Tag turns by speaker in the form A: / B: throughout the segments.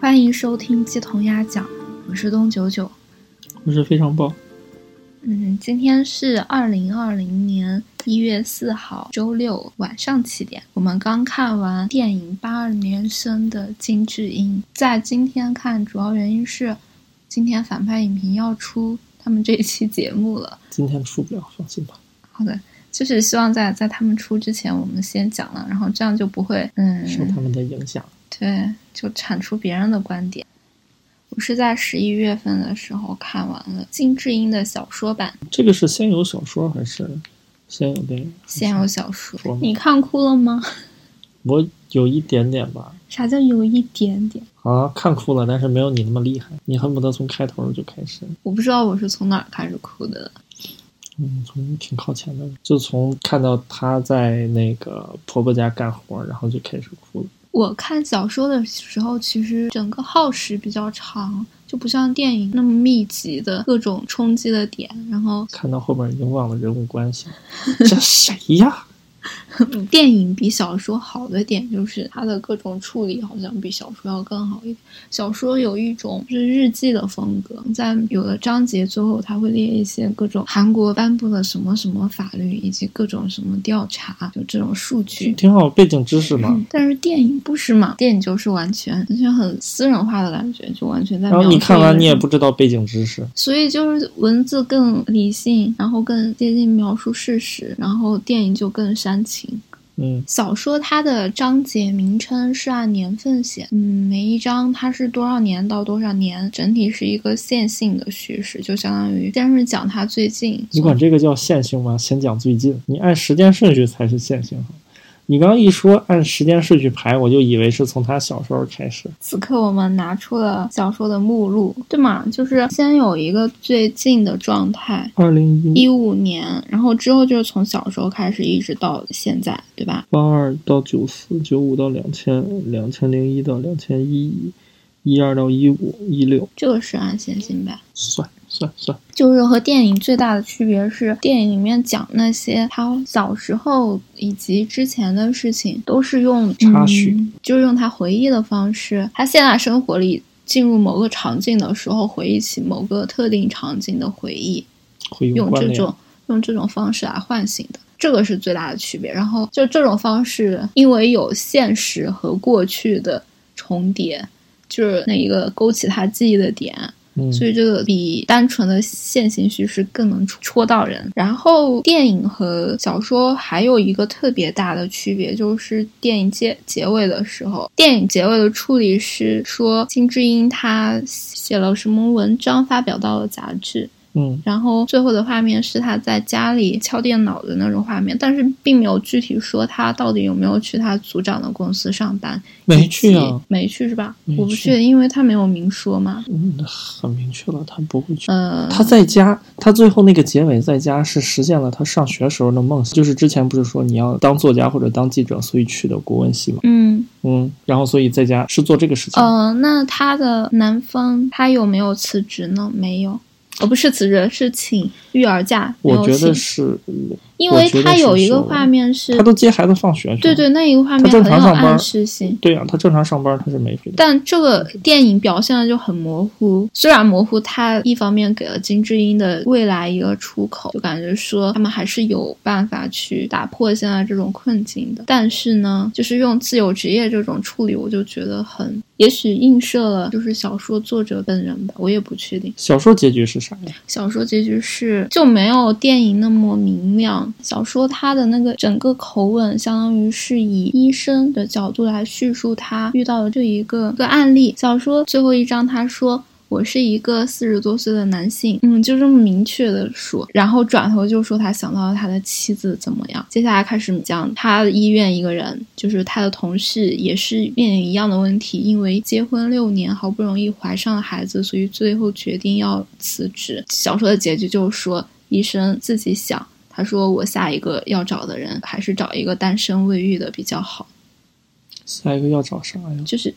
A: 欢迎收听鸡同鸭讲，我是东九九。
B: 我是非常棒。
A: 嗯，今天是二零二零年一月四号，周六晚上七点。我们刚看完电影《八二年生》的金智英，在今天看，主要原因是今天反派影评要出他们这一期节目了。
B: 今天出不了，放心吧。
A: 好的，就是希望在在他们出之前，我们先讲了，然后这样就不会嗯
B: 受他们的影响，
A: 对，就产出别人的观点。我是在十一月份的时候看完了金智英的小说版，
B: 这个是先有小说还是先有电影？
A: 先有小说
B: 说，吗
A: 你看哭了吗？
B: 我有一点点吧，
A: 啥叫有一点点？
B: 好像看哭了，但是没有你那么厉害。你恨不得从开头就开始，
A: 我不知道我是从哪儿开始哭的。
B: 嗯，从挺靠前的，就从看到她在那个婆婆家干活，然后就开始哭了。
A: 我看小说的时候，其实整个耗时比较长，就不像电影那么密集的各种冲击的点。然后
B: 看到后面已经忘了人物 关系了，这谁呀？
A: 电影比小说好的点就是它的各种处理好像比小说要更好一点。小说有一种就是日记的风格，在有的章节最后，它会列一些各种韩国颁布的什么什么法律，以及各种什么调查，就这种数据。
B: 挺好，背景知识嘛
A: 嗯。但是电影不是嘛？电影就是完全完全很私人化的感觉，就完全在
B: 然
A: 描述。
B: 后你看完你也不，知道背景知识，
A: 所以就是文字更理性，然后更接近描述事实，然后电影就更煽情。
B: 嗯，
A: 小说它的章节名称是按年份写，嗯，每一章它是多少年到多少年，整体是一个线性的叙事，就相当于先是讲它最近，
B: 你管这个叫线性吗？先讲最近，你按时间顺序才是线性哈。你刚一说按时间顺序排，我就以为是从他小时候开始。
A: 此刻我们拿出了小说的目录，对吗？就是先有一个最近的状态，
B: 二零
A: 一五年，然后之后就是从小时候开始一直到现在，对吧？
B: 八二到九四，九五到两千，两千零一到两千一，一二到一五，一六，
A: 这个是按线性呗。
B: 算算算，
A: 就是和电影最大的区别是，电影里面讲那些他小时候以及之前的事情，都是用
B: 插叙
A: 嗯就是用他回忆的方式，他现在生活里进入某个场景的时候，回忆起某个特定场景的回忆，
B: 会有
A: 用
B: 关
A: 这
B: 联
A: 种。用这种方式来唤醒的，这个是最大的区别。然后就这种方式，因为有现实和过去的重叠，就是那一个勾起他记忆的点，
B: 嗯，
A: 所以这个比单纯的线性叙事更能戳戳到人。然后电影和小说还有一个特别大的区别，就是电影结结尾的时候，电影结尾的处理是说金智英她写了什么文章发表到了杂志，
B: 嗯，
A: 然后最后的画面是他在家里敲电脑的那种画面，但是并没有具体说他到底有没有去他组长的公司上班。
B: 没去啊，，
A: 没去是吧？
B: 没去
A: 我不确定，因为他没有明说嘛。
B: 嗯，很明确了，他不会去。
A: 呃，
B: 他在家，他最后那个结尾在家是实现了他上学时候的梦想，就是之前不是说你要当作家或者当记者，所以去的国文系嘛，
A: 嗯
B: 嗯，然后所以在家是做这个事情，
A: 呃，那他的男方他有没有辞职呢？没有，哦，不是辞职，是请育儿假，没
B: 我
A: 有
B: 觉
A: 请
B: 得，是，
A: 因
B: 我
A: 为
B: 觉得
A: 他
B: 是
A: 有一个
B: 说
A: 画面是
B: 他，都接孩子放学去
A: 对
B: 了，
A: 对，那一个画
B: 他
A: 面
B: 正
A: 很
B: 常
A: 有
B: 上班
A: 暗示性。
B: 对啊呀、他正常上班他是没去的，
A: 但这个电影表现的就很模糊，虽然模糊，它一方面给了金智英的未来一个出口，就感觉说他们还是有办法去打破现在这种困境的。但是呢，就是用自由职业这种处理，我就觉得很，也许映射了就是小说作者本人吧，我也不确定。
B: 小说结局是啥呀？
A: 小说结局是就没有电影那么明亮。小说它的那个整个口吻，相当于是以医生的角度来叙述他遇到的这一个一个案例。小说最后一章他说。我是一个四十多岁的男性，嗯，就这么明确的说，然后转头就说他想到了他的妻子怎么样。接下来开始讲他医院一个人，就是他的同事也是面临一样的问题，因为结婚六年，好不容易怀上了孩子，所以最后决定要辞职。小说的结局就是说，医生自己想，他说我下一个要找的人还是找一个单身未育的比较好，
B: 下一个要找啥呀？
A: 就是。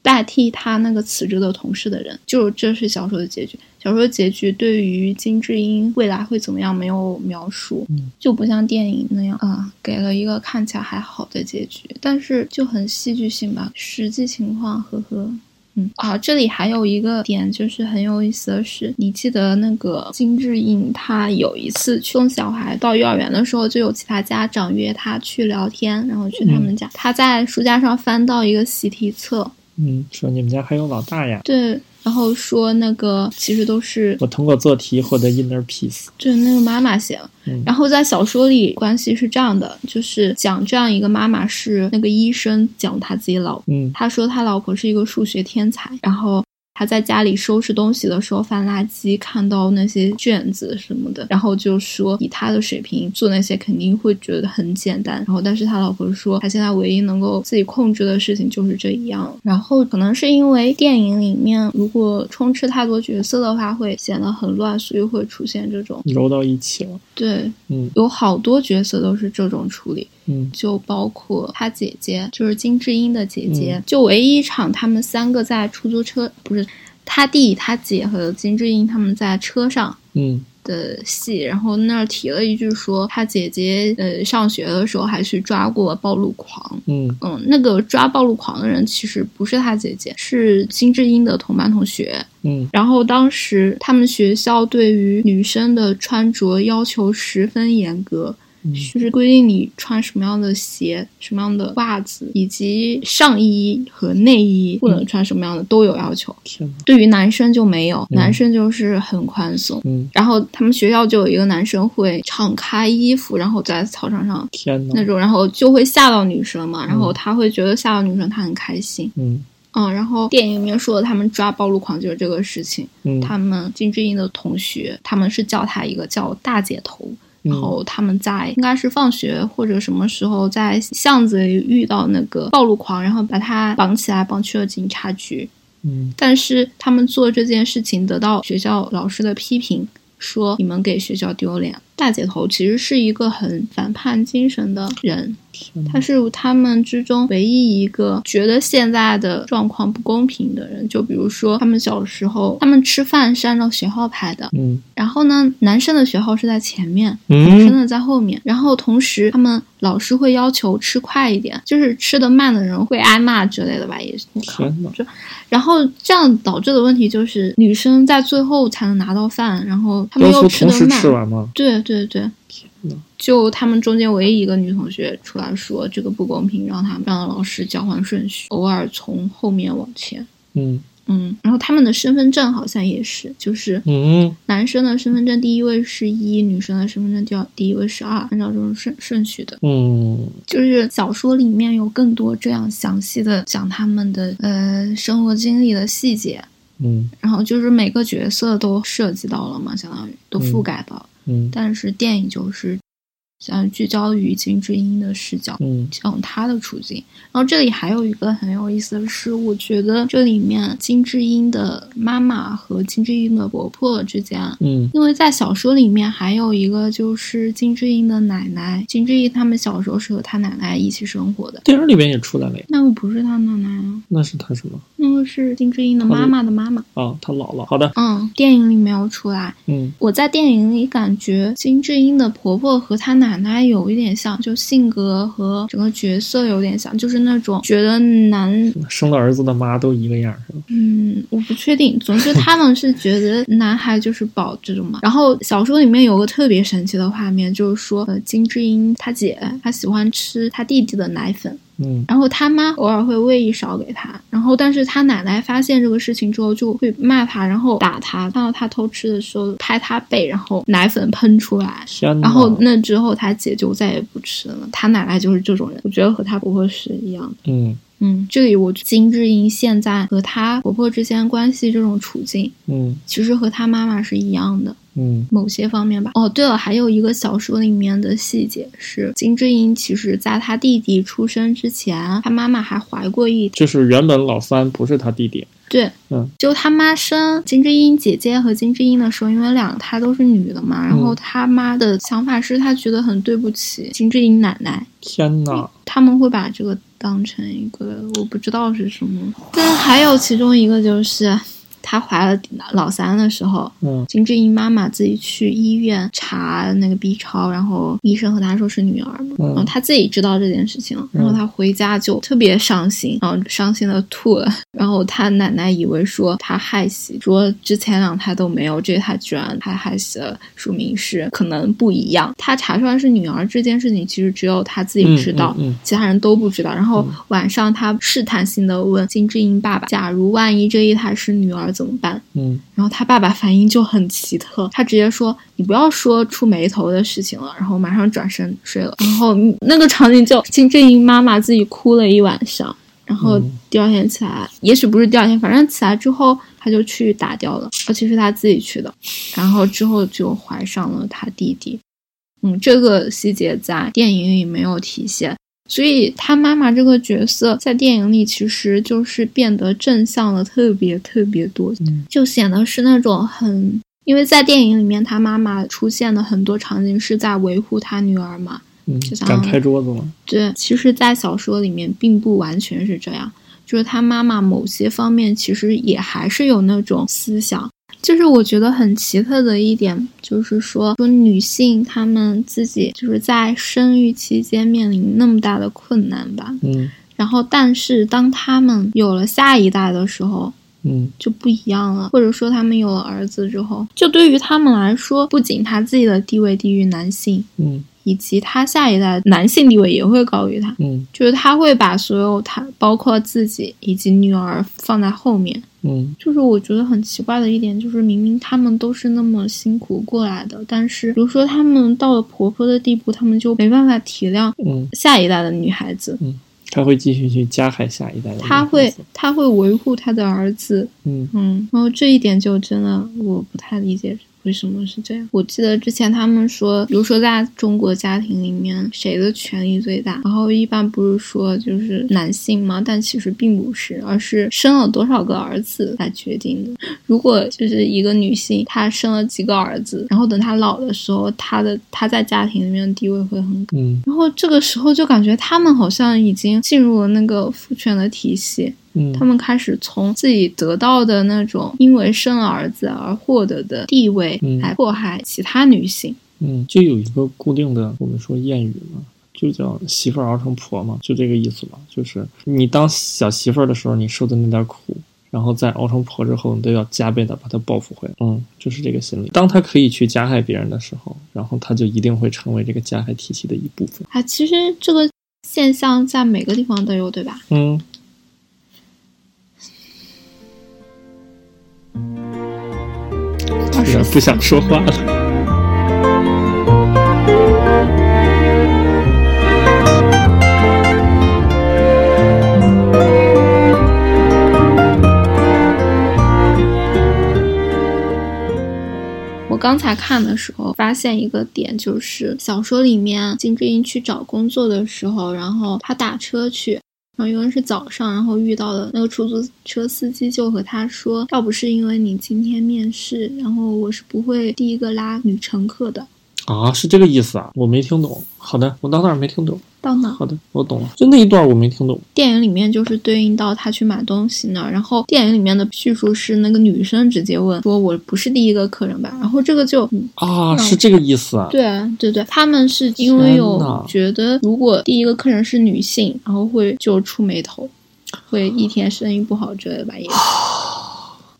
A: 带代替他那个辞职的同事的人，就这是小说的结局。小说结局对于金智英未来会怎么样没有描述，
B: 嗯
A: 就不像电影那样啊、给了一个看起来还好的结局，但是就很戏剧性吧。实际情况，呵呵。嗯啊，这里还有一个点就是很有意思的是，你记得那个金智英，她有一次去送小孩到幼儿园的时候，就有其他家长约她去聊天，然后去他们家，她在书架上翻到一个习题册，
B: 嗯，说你们家还有老大呀，
A: 对，然后说那个其实都是
B: 我通过做题获得 inner peace。
A: 对，那个妈妈写了。
B: 嗯
A: 然后在小说里，关系是这样的，就是讲这样一个妈妈是那个医生讲他自己老婆，
B: 嗯
A: 他说他老婆是一个数学天才，然后。他在家里收拾东西的时候翻垃圾，看到那些卷子什么的，然后就说以他的水平做那些肯定会觉得很简单。然后，但是他老婆说，他现在唯一能够自己控制的事情就是这一样。然后，可能是因为电影里面如果充斥太多角色的话，会显得很乱，所以会出现这种
B: 揉到一起了。
A: 对，
B: 嗯
A: 有好多角色都是这种处理。
B: 嗯
A: 就包括她姐姐，就是金智英的姐姐，
B: 嗯
A: 就唯一一场他们三个在出租车，不是她弟、她姐和金智英他们在车上。
B: 嗯
A: 的戏，然后那儿提了一句说，她姐姐呃上学的时候还去抓过暴露狂，
B: 嗯
A: 嗯，那个抓暴露狂的人其实不是她姐姐，是金智英的同班同学，
B: 嗯
A: 然后当时他们学校对于女生的穿着要求十分严格，
B: 嗯
A: 就是规定你穿什么样的鞋、什么样的袜子，以及上衣和内衣不
B: 嗯
A: 能穿什么样的都有要求。
B: 天哪！
A: 对于男生就没有，
B: 嗯
A: 男生就是很宽松。
B: 嗯
A: 然后他们学校就有一个男生会敞开衣服，然后在操场上
B: 天
A: 那
B: 哪！
A: 种，然后就会吓到女生嘛，然后他会觉得吓到女生他很开心。
B: 嗯
A: 嗯，然后电影里面说的他们抓暴露狂就是这个事情。
B: 嗯，
A: 他们金智英的同学，他们是叫她一个叫大姐头。
B: 嗯
A: 然后他们在应该是放学或者什么时候在巷子里遇到那个暴露狂，然后把他绑起来，绑去了警察局。
B: 嗯
A: 但是他们做这件事情得到学校老师的批评，说你们给学校丢脸。大姐头其实是一个很反叛精神的人，
B: 天
A: 他
B: 哪！
A: 是他们之中唯一一个觉得现在的状况不公平的人。就比如说，他们小时候，他们吃饭是按照学号排的，
B: 嗯
A: 然后呢，男生的学号是在前面，女生
B: 嗯
A: 的在后面。然后同时，他们老师会要求吃快一点，就是吃得慢的人会挨骂之类的吧，也是。我靠
B: 天哪！
A: 然后这样导致的问题就是，女生在最后才能拿到饭，然后他们
B: 都
A: 又
B: 说
A: 吃
B: 同
A: 得
B: 时
A: 慢。
B: 吃完吗？
A: 对对对
B: 哪，
A: 就他们中间唯一一个女同学出来说这个不公平，让他们让老师交换顺序，偶尔从后面往前。
B: 嗯
A: 嗯，然后他们的身份证好像也是，就是
B: 嗯
A: 男生的身份证第一位是一，女生的身份证第二第一位是二，按照这种顺顺序的。
B: 嗯
A: 就是小说里面有更多这样详细的讲他们的呃生活经历的细节，
B: 嗯
A: 然后就是每个角色都涉及到了嘛，相当于都覆盖到了。
B: 嗯
A: 但是电影就是想聚焦于金智英的视角，
B: 嗯
A: 讲她的处境。然后这里还有一个很有意思的是，我觉得这里面金智英的妈妈和金智英的婆婆之间。
B: 嗯
A: 因为在小说里面还有一个就是金智英的奶奶，金智英他们小时候是和她奶奶一起生活的，
B: 电影里边也出来了呀，
A: 那个不是她奶奶啊，
B: 那是他什么？
A: 那个是金智英的妈妈的妈妈。
B: 啊，他姥姥。好的，
A: 嗯，电影里没有出来，
B: 嗯
A: 我在电影里感觉金智英的婆婆和她奶奶有一点像，就性格和整个角色有点像，就是那种觉得男，
B: 生了儿子的妈都一个样儿是吧？
A: 嗯，我不确定。总之他们是觉得男孩就是宝这种嘛。然后小说里面有个特别神奇的画面，就是说，呃，金智英她姐她喜欢吃她弟弟的奶粉，
B: 嗯
A: 然后他妈偶尔会喂一勺给他，然后但是他奶奶发现这个事情之后就会骂他，然后打他，看到他偷吃的时候拍他背，然后奶粉喷出来。
B: 天哪！
A: 然后那之后，他姐就再也不吃了。他奶奶就是这种人，我觉得和他婆婆是一样的。
B: 嗯
A: 嗯，这里我金智英现在和她婆婆之间关系这种处境，
B: 嗯
A: 其实和她妈妈是一样的。
B: 嗯
A: 某些方面吧。哦，对了，还有一个小说里面的细节是，金智英其实在她弟弟出生之前，她妈妈还怀过一
B: 就是原本老三不是他弟弟。
A: 对。
B: 嗯
A: 就她妈生金智英姐姐和金智英的时候，因为两胎都是女的嘛，然后她妈的想法是她觉得很对不起金智英奶奶，
B: 天哪！
A: 他们会把这个当成一个我不知道是什么。但还有其中一个就是。她怀了老三的时候，
B: 嗯
A: 金智英妈妈自己去医院查那个 B 超，然后医生和她说是女儿嘛，然后
B: 嗯
A: 她自己知道这件事情，然后
B: 嗯
A: 她回家就特别伤心，然后伤心的吐了。然后她奶奶以为说她害喜，说之前两胎都没有，这胎居然还害喜了，说明是可能不一样。她查出来是女儿这件事情，其实只有她自己
B: 嗯
A: 知道，
B: 嗯嗯
A: 其他人都不知道。然后
B: 嗯
A: 晚上她试探性的问金智英爸爸：“假如万一这一胎是女儿怎么办？”
B: 嗯
A: 然后他爸爸反应就很奇特，他直接说：“你不要说出眉头的事情了。”然后马上转身睡了。然后那个场景就金正英妈妈自己哭了一晚上，然后
B: 嗯
A: 第二天起来，也许不是第二天，反正起来之后他就去打掉了，而且是他自己去的。然后之后就怀上了他弟弟。嗯，这个细节在电影里没有体现，所以他妈妈这个角色在电影里其实就是变得正向了特别特别多，
B: 嗯
A: 就显得是那种很，因为在电影里面他妈妈出现的很多场景是在维护他女儿嘛，
B: 嗯
A: 就，像
B: 敢拍桌子吗？
A: 对，其实，在小说里面并不完全是这样，就是他妈妈某些方面其实也还是有那种思想。就是我觉得很奇特的一点，就是说说女性她们自己就是在生育期间面临那么大的困难吧，
B: 嗯
A: 然后但是当她们有了下一代的时候，
B: 嗯
A: 就不一样了，或者说他们有了儿子之后，就对于他们来说，不仅他自己的地位低于男性，
B: 嗯
A: 以及他下一代男性地位也会高于他，
B: 嗯
A: 就是他会把所有他包括自己以及女儿放在后面。
B: 嗯
A: 就是我觉得很奇怪的一点，就是明明他们都是那么辛苦过来的，但是比如说他们到了婆婆的地步，他们就没办法体谅
B: 嗯，
A: 下一代的女孩子，
B: 他会继续去加害下一代的。
A: 他会，他会维护他的儿子，
B: 嗯
A: 嗯，然后这一点就真的我不太理解为什么是这样。我记得之前他们说，比如说在中国家庭里面，谁的权利最大？然后一般不是说就是男性吗？但其实并不是，而是生了多少个儿子来决定的。如果就是一个女性，她生了几个儿子，然后等她老的时候，她的她在家庭里面的地位会很高。
B: 嗯
A: 然后这个时候就感觉他们好像已经进入了那个父权的体系，
B: 嗯，
A: 他们开始从自己得到的那种因为生了儿子而获得的地位
B: 嗯
A: 来迫害其他女性。
B: 嗯，就有一个固定的，我们说谚语嘛，就叫“媳妇儿熬成婆”嘛，就这个意思嘛。就是你当小媳妇儿的时候，你受的那点苦，然后再熬成婆之后，你都要加倍的把它报复回来。嗯，就是这个心理。当他可以去加害别人的时候，然后他就一定会成为这个加害体系的一部分。
A: 啊，其实这个现象在每个地方都有，对吧？
B: 嗯
A: 二
B: 有点
A: 十
B: 啊不想说话了。
A: 我刚才看的时候发现一个点，就是小说里面金智英去找工作的时候，然后她打车去，然后因为是早上，然后遇到了那个出租车司机，就和她说，要不是因为你今天面试，然后我是不会第一个拉女乘客的。
B: 啊，是这个意思啊，我没听懂。好的，我到那儿没听懂。
A: 到哪？
B: 好的，我懂了。就那一段我没听懂。
A: 电影里面就是对应到他去买东西那儿，然后电影里面的叙述是那个女生直接问说：“我不是第一个客人吧？”然后这个就，嗯
B: 啊，
A: 嗯
B: 是这个意思啊。
A: 对啊，对对，啊他们是因为
B: 天
A: 有
B: 哪
A: 觉得如果第一个客人是女性，然后会就触眉头，会一天生意不好之类的吧？也许。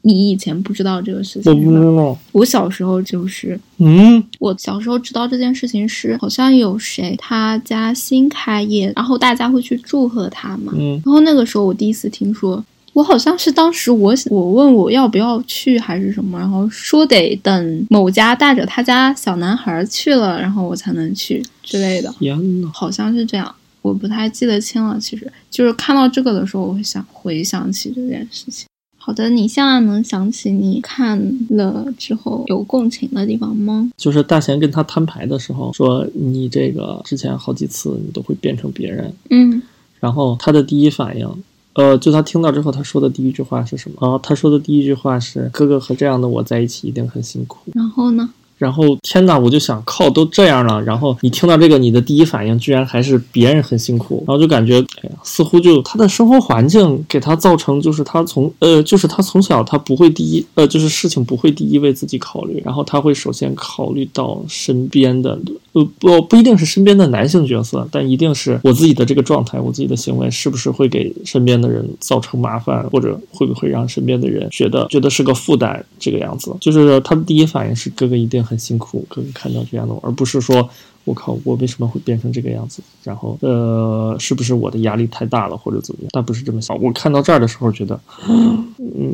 A: 你以前不知道这个事
B: 我
A: 情
B: 不
A: 是吧？
B: 知道。
A: 我小时候就是
B: 嗯。
A: 我小时候知道这件事情是好像有谁他家新开业，然后大家会去祝贺他嘛。
B: 嗯
A: 然后那个时候我第一次听说，我好像是当时我我问我要不要去还是什么，然后说得等某家带着他家小男孩去了，然后我才能去之类的，，
B: 天呐，
A: 好像是这样，我不太记得清了。其实就是看到这个的时候，我会想回想起这件事情。好的，你现在能想起你看了之后有共情的地方吗？
B: 就是大贤跟他摊牌的时候说，你这个之前好几次你都会变成别人，
A: 嗯
B: 然后他的第一反应。呃，就他听到之后，他说的第一呃句话是什么？啊、他说的第一句话是：“哥哥和这样的我在一起一定很辛苦。
A: 然后呢？”
B: 然后天呐，我就想靠，都这样了，然后你听到这个，你的第一反应居然还是别人很辛苦，然后就感觉，哎呀，似乎就他的生活环境给他造成，就是他从呃，就是他从小他不会第一，呃，就是事情不会第一为自己考虑，然后他会首先考虑到身边的，呃，不不一定是身边的男性角色，但一定是我自己的这个状态，我自己的行为是不是会给身边的人造成麻烦，或者会不会让身边的人觉得觉得是个负担这个样子，就是他的第一反应是哥哥一定。很辛苦，可以看到这样的我，而不是说我靠，我为什么会变成这个样子？然后呃，是不是我的压力太大了，或者怎么样？但不是这么想。我看到这儿的时候，觉得，嗯，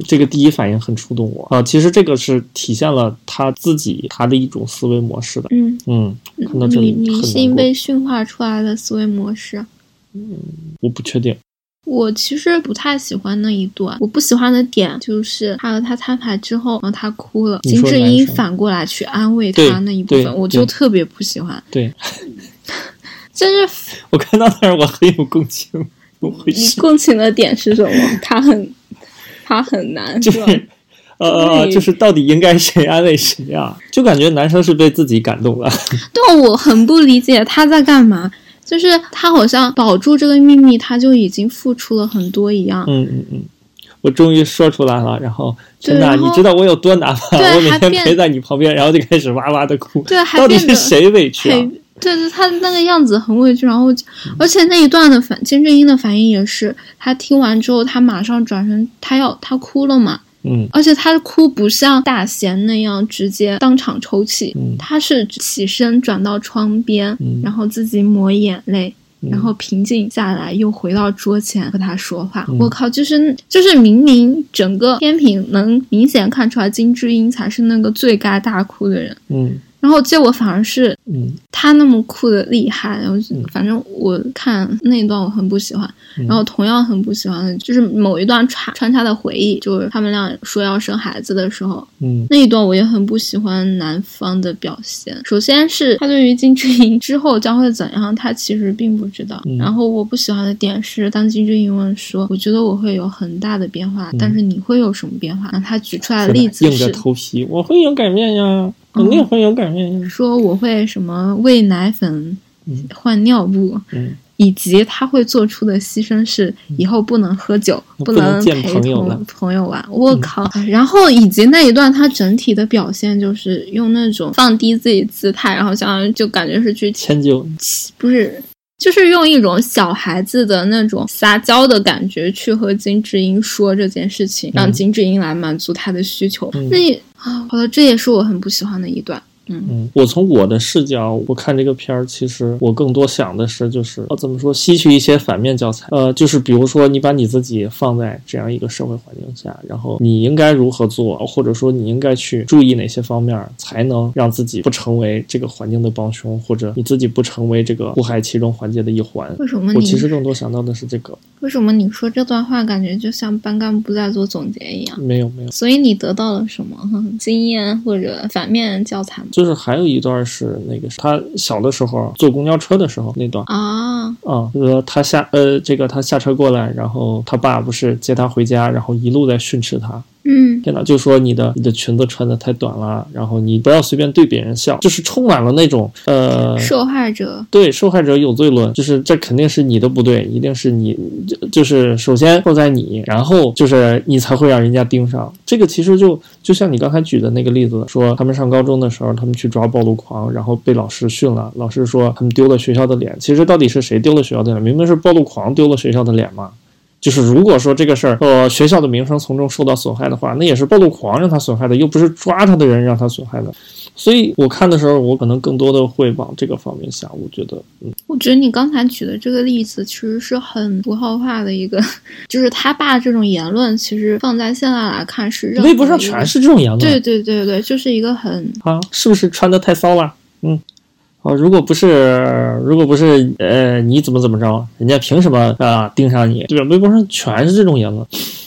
B: 这个第一反应很触动我啊、呃。其实这个是体现了他自己他的一种思维模式的。嗯嗯，看到这里，
A: 女性被驯化出来的思维模式。
B: 嗯，我不确定。
A: 我其实不太喜欢那一段，我不喜欢的点就是他和他摊牌之后，然后他哭了，金智英反过来去安慰他那一部分，我就特别不喜欢。
B: 对，
A: 真是
B: 我看到那儿我很有共情，我会
A: 你共情的点是什么？他很他很难，
B: 就是 呃，就是到底应该谁安慰谁啊？就感觉男生是被自己感 动了。
A: 对，我很不理解他在干嘛。就是他好像保住这个秘密，他就已经付出了很多一样。
B: 嗯嗯嗯，我终于说出来了，然后真的，
A: 然后
B: 你知道我有多难吗？我每天陪在你旁边，然后就开始哇哇的哭。
A: 对，还
B: 到底是谁委屈啊？
A: 哎
B: 嗯
A: 对对，他那个样子很委屈，然后而且那一段的反金正英的反应也是，他听完之后，他马上转身，他要他哭了嘛。
B: 嗯，
A: 而且他哭不像大贤那样直接当场抽泣，
B: 嗯、
A: 他是起身转到窗边，
B: 嗯、
A: 然后自己抹眼泪，
B: 嗯、
A: 然后平静下来，又回到桌前和他说话。
B: 嗯
A: 我靠，就是就是明明整个天平能明显看出来金智英才是那个最该大哭的人，
B: 嗯，
A: 然后结果反而是
B: 嗯
A: 他那么哭的厉害，然后反正我看那段我很不喜欢。
B: 嗯
A: 然后同样很不喜欢的就是某一段穿穿插的回忆，就是他们俩说要生孩子的时候，
B: 嗯，
A: 那一段我也很不喜欢男方的表现。首先是他对于金智英之后将会怎样，他其实并不知道。
B: 嗯
A: 然后我不喜欢的点是，当金智英问说：“我觉得我会有很大的变化，
B: 嗯
A: 但是你会有什么变化？”然后他举出来
B: 真
A: 的
B: 的
A: 例子
B: 硬着
A: 是。嗯
B: 头皮，我会有改变呀，肯定会有改变呀。
A: 说我会什么喂奶粉
B: 嗯、
A: 换尿布，
B: 嗯，
A: 以及他会做出的牺牲是以后不能喝酒，不
B: 嗯不能见
A: 陪
B: 朋友了嗯
A: 同朋友玩。我靠！然后以及那一段他整体的表现就是用那种放低自己姿态，然后相当于就感觉是去
B: 迁就，
A: 不是。就是用一种小孩子的那种撒娇的感觉去和金智英说这件事情，让
B: 嗯
A: 金智英来满足他的需求。
B: 嗯
A: 那也啊，好的，这也是我很不喜欢的一段。嗯
B: 嗯，我从我的视角，我看这个片儿，其实我更多想的是，就是呃，怎么说，吸取一些反面教材。呃，就是比如说，你把你自己放在这样一个社会环境下，然后你应该如何做，或者说你应该去注意哪些方面，才能让自己不成为这个环境的帮凶，或者你自己不成为这个祸害其中环节的一环。
A: 为什么
B: 我
A: 你
B: 其实更多想到的是这个，
A: 为什么你说这段话感觉就像班干部在做总结一样？
B: 没有没有。
A: 所以你得到了什么 哼经验或者反面教材吗？
B: 就是还有一段是那个他小的时候坐公交车的时候那段，
A: 啊，
B: 啊，就是说他下呃，这个他下车过来，然后他爸不是接他回家，然后一路在训斥他。
A: 嗯，
B: 天哪，就说你的你的裙子穿的太短了，然后你不要随便对别人笑，就是充满了那种呃。
A: 受害者，
B: 对受害者有罪论，就是这肯定是你的不对，一定是你，就就是首先错在你，然后就是你才会让人家盯上。这个其实就就像你刚才举的那个例子，说他们上高中的时候，他们去抓暴露狂，然后被老师训了，老师说他们丢了学校的脸。其实到底是谁丢了学校的脸？明明是暴露狂丢了学校的脸嘛。就是如果说这个事儿，呃，学校的名声从中受到损害的话，那也是暴露狂让他损害的，又不是抓他的人让他损害的。所以我看的时候，我可能更多的会往这个方面想。我觉得，嗯
A: 我觉得你刚才举的这个例子其实是很符号化的一个， 就是他爸这种言论，其实放在现在来看是任何
B: 微博上
A: 一个
B: 全是这种言论。
A: 对对对对，就是一个很
B: 啊，是不是穿的太骚了？嗯，哦，如果不是，如果不是，呃，你怎么怎么着，人家凭什么啊、盯上你？对吧？微博上全是这种言论，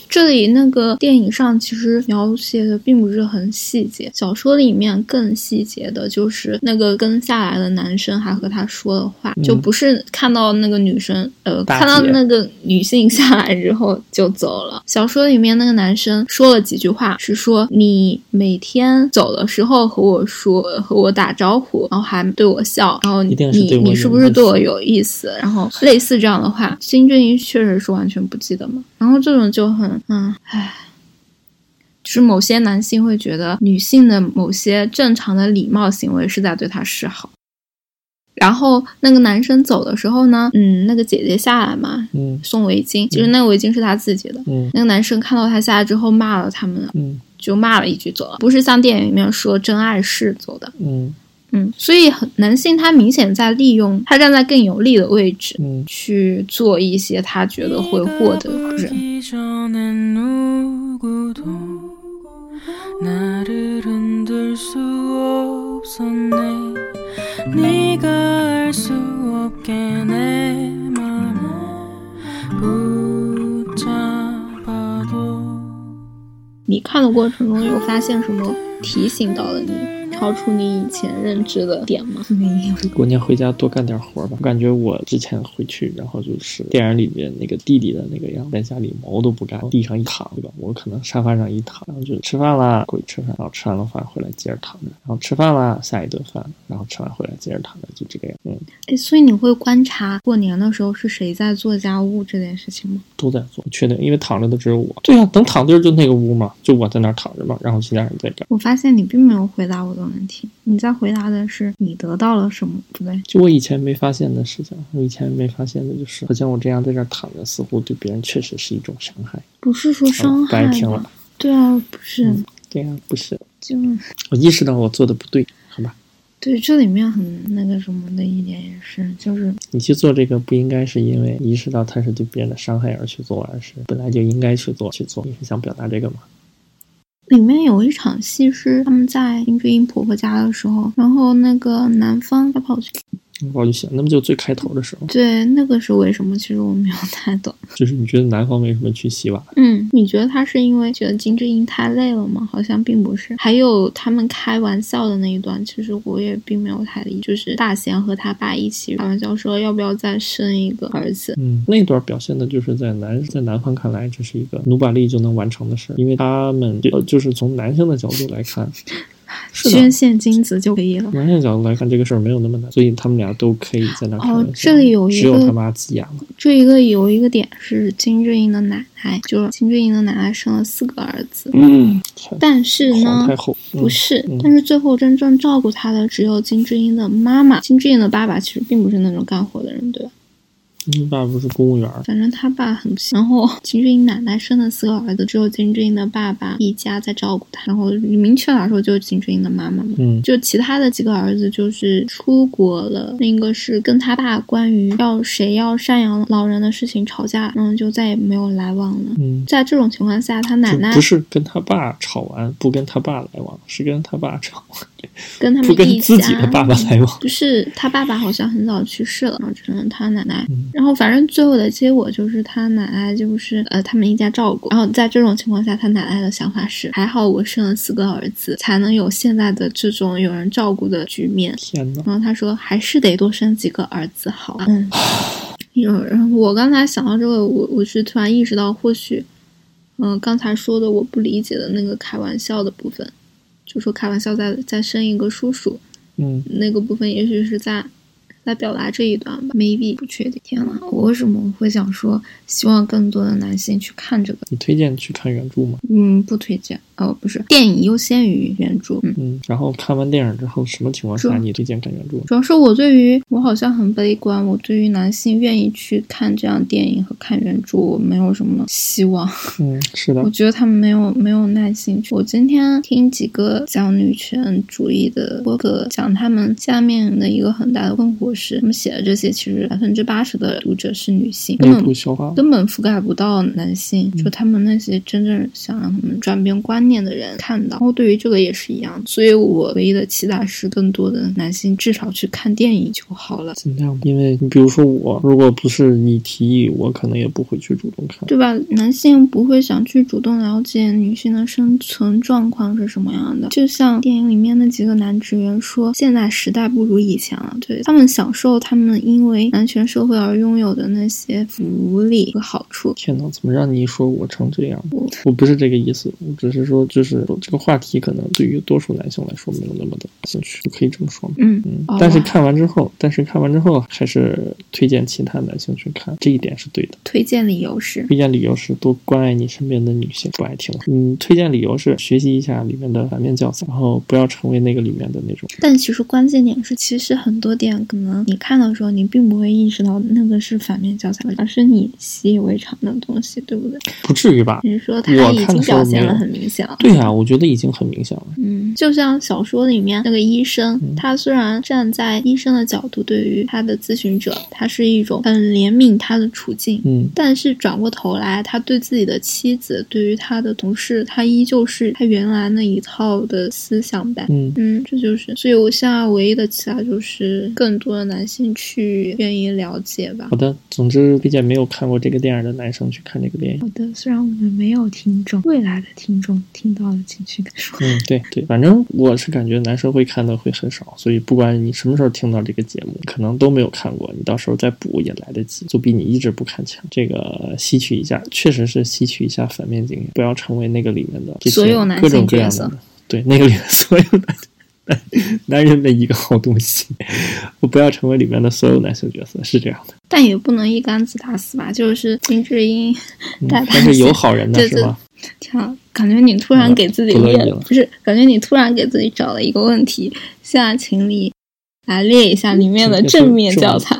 A: 这里那个电影上其实描写的并不是很细节，小说里面更细节的就是那个跟下来的男生还和他说了话，
B: 嗯
A: 就不是看到那个女生，呃，
B: 大姐
A: 看到那个女性下来之后就走了。小说里面那个男生说了几句话，是说你每天走的时候和我说，和我打招呼，然后还对我笑，然后
B: 一
A: 嗯你
B: 定是对我
A: 你
B: 有
A: 是不是
B: 意
A: 对
B: 思
A: 我有意思？然后类似这样的话，金正英确实是完全不记得嘛。然后这种就很，嗯，唉。就是某些男性会觉得女性的某些正常的礼貌行为是在对他示好。然后那个男生走的时候呢，嗯，那个姐姐下来嘛，
B: 嗯
A: 送围巾，其实那个围巾是他自己的。
B: 嗯
A: 那个男生看到他下来之后骂了他们，
B: 嗯
A: 就骂了一句走了，不是像电影里面说真爱是走的，
B: 嗯
A: 嗯，所以很男性他明显在利用他站在更有利的位置
B: 嗯，
A: 去做一些他觉得会获得人
C: 이전엔 누구도 나를 흔들 수 없었네 네가 알 수 없게 내 맘을 붙잡아도
A: 你看的过程中有发现什么提醒到了你，超出你以前认知的点吗？没有。
B: 过年回家多干点活吧。我感觉我之前回去，然后就是电影里面那个弟弟的那个样子，在家里毛都不干，地上一躺，对吧？我可能沙发上一躺，然后就吃饭啦，过去吃饭，然后吃完了饭回来接着躺着，然后吃饭啦，下一顿饭，然后吃完回来接着躺着，就这个样。嗯，
A: 哎，所以你会观察过年的时候是谁在做家务这件事情吗？
B: 都在做，确定，因为躺着的只有我。对呀、啊能躺地儿就那个屋嘛，就我在那儿躺着嘛，然后其他人在干。
A: 我发现你并没有回答我的问题，你在回答的是你得到了什么，不对？
B: 就我以前没发现的事情，我以前没发现的就是，好像我这样在这儿躺着，似乎对别人确实是一种伤害。啊
A: 不是说伤
B: 白
A: 害
B: 哦听
A: 吧
B: 了？
A: 对啊，不是，
B: 嗯对呀、不是，
A: 就是
B: 我意识到我做的不对，好吧？
A: 对这里面很那个什么的一点也是，就是
B: 你去做这个不应该是因为意识到它是对别人的伤害而去做，而是本来就应该去做去做。你是想表达这个吗？
A: 里面有一场戏是他们在林志英婆婆家的时候，然后那个男方他跑去，
B: 我就想，那么就最开头的时候，
A: 对，那个是为什么？其实我没有 太懂。
B: 就是你觉得男方为什么去洗碗？
A: 嗯，你觉得他是因为觉得金智英太累了吗？好像并不是。还有他们开玩笑的那一段，其实我也并没有太理，就是大贤和他爸一起开玩笑说要不要再生一个儿子。
B: 嗯，那段表现的就是在男在男方看来，这是一个努把力就能完成的事儿，因为他们呃就就是从男性的角度 来看，是的
A: 捐，献精子就可以了。
B: 男性角度来看这个事儿没有那么难，所以他们俩都可以在那开玩
A: 哦
B: 笑。
A: 这里有一个
B: 只有他妈急眼了，
A: 这一个有一个点是金智英的奶奶，就是金智英的奶奶生了四个儿子，
B: 嗯，
A: 但是呢
B: 皇太，后嗯
A: 不是，
B: 嗯
A: 但是最后真正照顾她的只有金智英的妈妈。金智英的爸爸其实并不是那种干活的人，对吧？
B: 你爸不是公务员儿，
A: 反正他爸很不幸。然后金智英奶奶生的四个儿子，只有金智英的爸爸一家在照顾她。然后明确来说，就是金智英的妈妈嘛。
B: 嗯，
A: 就其他的几个儿子就是出国了，另一个是跟他爸关于要谁要赡养老人的事情吵架，然后就再也没有来往了。
B: 嗯，
A: 在这种情况下，他奶
B: 就
A: 奶
B: 不是跟他爸吵完，不跟他爸来往，是跟他爸吵，
A: 跟他们
B: 不
A: 一
B: 跟
A: 家
B: 自己的爸爸来往。
A: 就是他爸爸好像很早去世了，然后只剩他奶奶。
B: 嗯
A: 然后反正最后的结果就是他奶奶就是呃他们一家照顾。然后在这种情况下，他奶奶的想法是：还好我生了四个儿子，才能有现在的这种有人照顾的局面。
B: 天哪，
A: 然后他说还是得多生几个儿子好啊。嗯， 有人我刚才想到这个，我我是突然意识到，或许嗯、刚才说的我不理解的那个开玩笑的部分，就说开玩笑再再生一个叔叔。
B: 嗯，
A: 那个部分，也许是在在表达这一段吧，maybe 不确定。天呐，我为什么会想说希望更多的男性去看这个？
B: 你推荐去看原著吗？
A: 嗯，不推荐。哦，不是，电影优先于原著。嗯，
B: 嗯，然后看完电影之后，什么情况下
A: 是
B: 你推荐看原著？
A: 主要是我对于我好像很悲观，我对于男性愿意去看这样电影和看原著，我没有什么希望。
B: 嗯，是的
A: 我，觉得他们没有没有耐心去。我今天听几个讲女权主义的播客，讲他们下面的一个很大的困惑事，我们写的这些其实百分之八十的读者是女性，根
B: 内部
A: 本
B: 消化。
A: 根本覆盖不到男性，
B: 嗯
A: 就他们那些真正想让他们转变观念的人看到。然后对于这个也是一样，所以我唯一的期待是更多的男性至少去看电影就好了。
B: 尽量，因为你比如说我，如果不是你提议，我可能也不会去主动看。
A: 对吧？男性不会想去主动了解女性的生存状况是什么样的，就像电影里面那几个男职员说，现在时代不如以前了，对他们享受他们因为男权社会而拥有的那些福利和好处。
B: 天呐，怎么让你一说我成这样？我不是这个意思，我只是说，就是这个话题可能对于多数男性来说没有那么的兴趣，可以这么说吗？
A: 嗯，
B: 嗯
A: 哦，
B: 但是看完之后，但是看完之后还是推荐其他男性去看，这一点是对的。
A: 推荐理由是，
B: 推荐理由是多关爱你身边的女性，不爱听。嗯，推荐理由是学习一下里面的反面教材，然后不要成为那个里面的那种。
A: 但其实关键点是，其实很多点可能你看的时候，你并不会意识到那个是反面教材，而是你习以为常的东西，对不对？
B: 不至于吧？
A: 你说他
B: 我
A: 已
B: 看
A: 经
B: 的时候
A: 表
B: 没
A: 现
B: 有
A: 了很明显了。
B: 对呀、我觉得已经很明显了。
A: 嗯，就像小说里面那个医生，
B: 嗯
A: 他虽然站在医生的角度，对于他的咨询者，他是一种很怜悯他的处境，
B: 嗯，
A: 但是转过头来，他对自己的妻子，对于他的同事，他依旧是他原来那一套的思想呗。
B: 嗯
A: 嗯，这就是，所以我现在唯一的期待就是更多的男性去愿意了解吧
B: 好。的。总之，推荐没有看过这个电影的男生去看这个电影。
D: 好的，虽然我们没有听众，未来的听众听到了，请去感受。
B: 嗯，对对，反正我是感觉男生会看的会很少，所以不管你什么时候听到这个节目，可能都没有看过，你到时候再补也来得及，就比你一直不看强。这个吸取一下，确实是吸取一下反面经验，不要成为那个里面的这些
A: 所有男
B: 各种
A: 性
B: 各样
A: 角
B: 的
A: 色，
B: 对那个里面 所有男男 男人的一个好东西， 我不要成为里面的所有男性角色，是这样的。
A: 但也不能一竿子打死吧，就是金智英
B: 嗯
A: 带他
B: 但是有好人的
A: 对
B: 是
A: 对
B: 吧？
A: 天啊，感觉你突
D: 嗯
A: 然给自己
B: 不乐
A: 列
B: 意
A: 了
B: 了
A: 不是，感觉你突然给自己找了一个问题。现在请你来列一下里面的
B: 这是
A: 正面教材。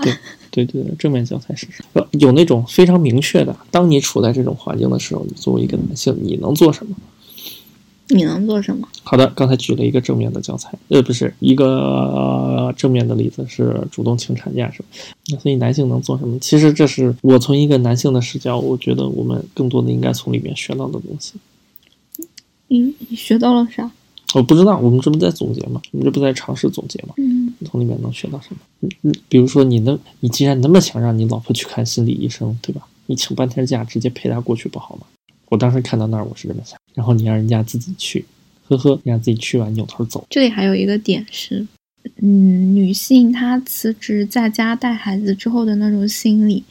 B: 对对对，对正面教材是什么？呃有那种非常明确的，当你处在这种环境的时候，你作为一个男性，你能做什么？
A: 你能做什么？
B: 好的，刚才举了一个正面的教材，呃，不是一个、呃正面的例子是主动请产假是吧？那所以男性能做什么？其实这是我从一个男性的视角，我觉得我们更多的应该从里面学到的东西。
A: 你你学到了啥？
B: 我不知道，我们这不在总结吗？我们这不在尝试总结吗？
A: 嗯，
B: 从里面能学到什么？嗯嗯，比如说你能，你既然那么想让你老婆去看心理医生，对吧？你请半天假直接陪她过去不好吗？我当时看到那儿我是这么想，然后你让人家自己去，呵呵，人家自己去完扭头走，
A: 这里还有一个点是，嗯，女性她辞职在家带孩子之后的那种心理，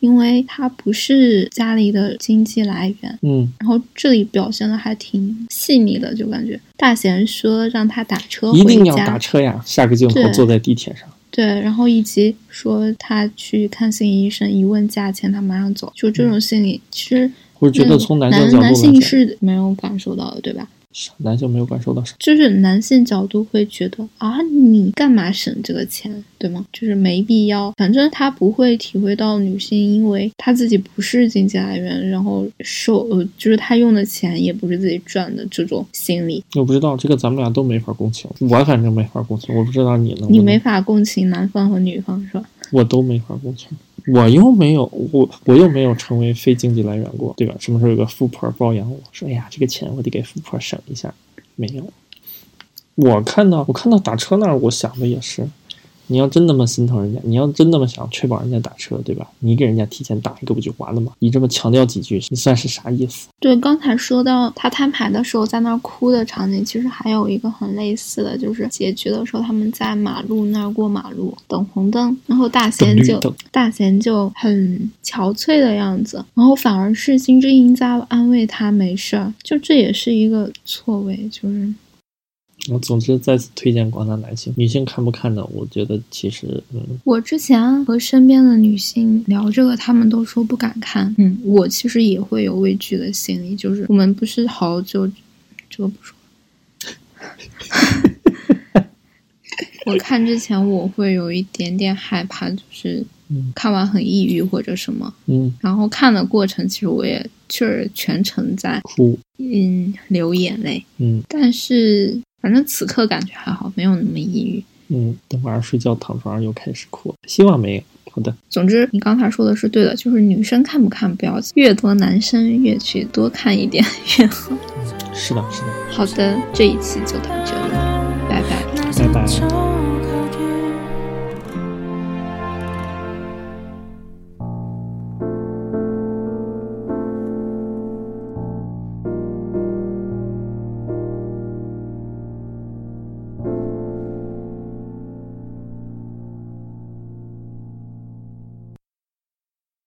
A: 因为她不是家里的经济来源，
B: 嗯，
A: 然后这里表现的还挺细腻的，就感觉大贤说让她打车回
B: 一
A: 家，
B: 定要打车呀！下个镜头
A: 对
B: 坐在地铁上，
A: 对，然后以及说他去看心理医生，一问价钱，他马上走，就这种心理，其实
B: 嗯我觉得
A: 嗯
B: 从男
A: 男
B: 性角度来
A: 男性
B: 讲，
A: 是没有感受到的，对吧？
B: 男性没有感受到什么。
A: 就是男性角度会觉得啊，你干嘛省这个钱，对吗？就是没必要，反正他不会体会到女性，因为她自己不是经济来源，然后受呃，就是她用的钱也不是自己赚的这种心理，
B: 我不知道这个，咱们俩都没法共情，我反正没法共情，我不知道你能不能
A: 你没法共情男方和女方，是吧？
B: 我都没法共情。我又没有我我又没有成为非经济来源过，对吧？什么时候有个富婆包养我说，哎呀，这个钱我得给富婆省一下，没有。我看到我看到打车那儿，我想的也是，你要真那么心疼人家，你要真那么想确保人家打车，对吧？你给人家提前打一个不就完了吗？你这么强调几句，你算是啥意思？
A: 对，刚才说到他摊牌的时候在那儿哭的场景，其实还有一个很类似的，就是结局的时候他们在马路那儿过马路等红灯，然后大贤
B: 绿
A: 就
B: 灯
A: 大贤就很憔悴的样子，然后反而是金智英在安慰他没事儿，就这也是一个错位，就是
B: 我总之再次推荐广大男性，女性看不看呢？我觉得其实嗯，
A: 我之前和身边的女性聊这个，她们都说不敢看。嗯，我其实也会有畏惧的心理，就是我们不是好久，这个不说。 我看之前我会有一点点害怕，就是
B: 嗯
A: 看完很抑郁或者什么。
B: 嗯
A: 然后看的过程，其实我也确实全程在
B: 哭
A: 嗯流眼泪，
B: 嗯
A: 但是反正此刻感觉还好，没有那么抑郁。
B: 嗯，等晚上睡觉躺床上又开始哭，希望没有。好的，
A: 总之，你刚才说的是对的，就是女生看不看不要紧，越多男生越去多看一点越好。
B: 是的，是的。
A: 好的，这一期就到这里，拜拜。
B: 拜拜
C: 拜。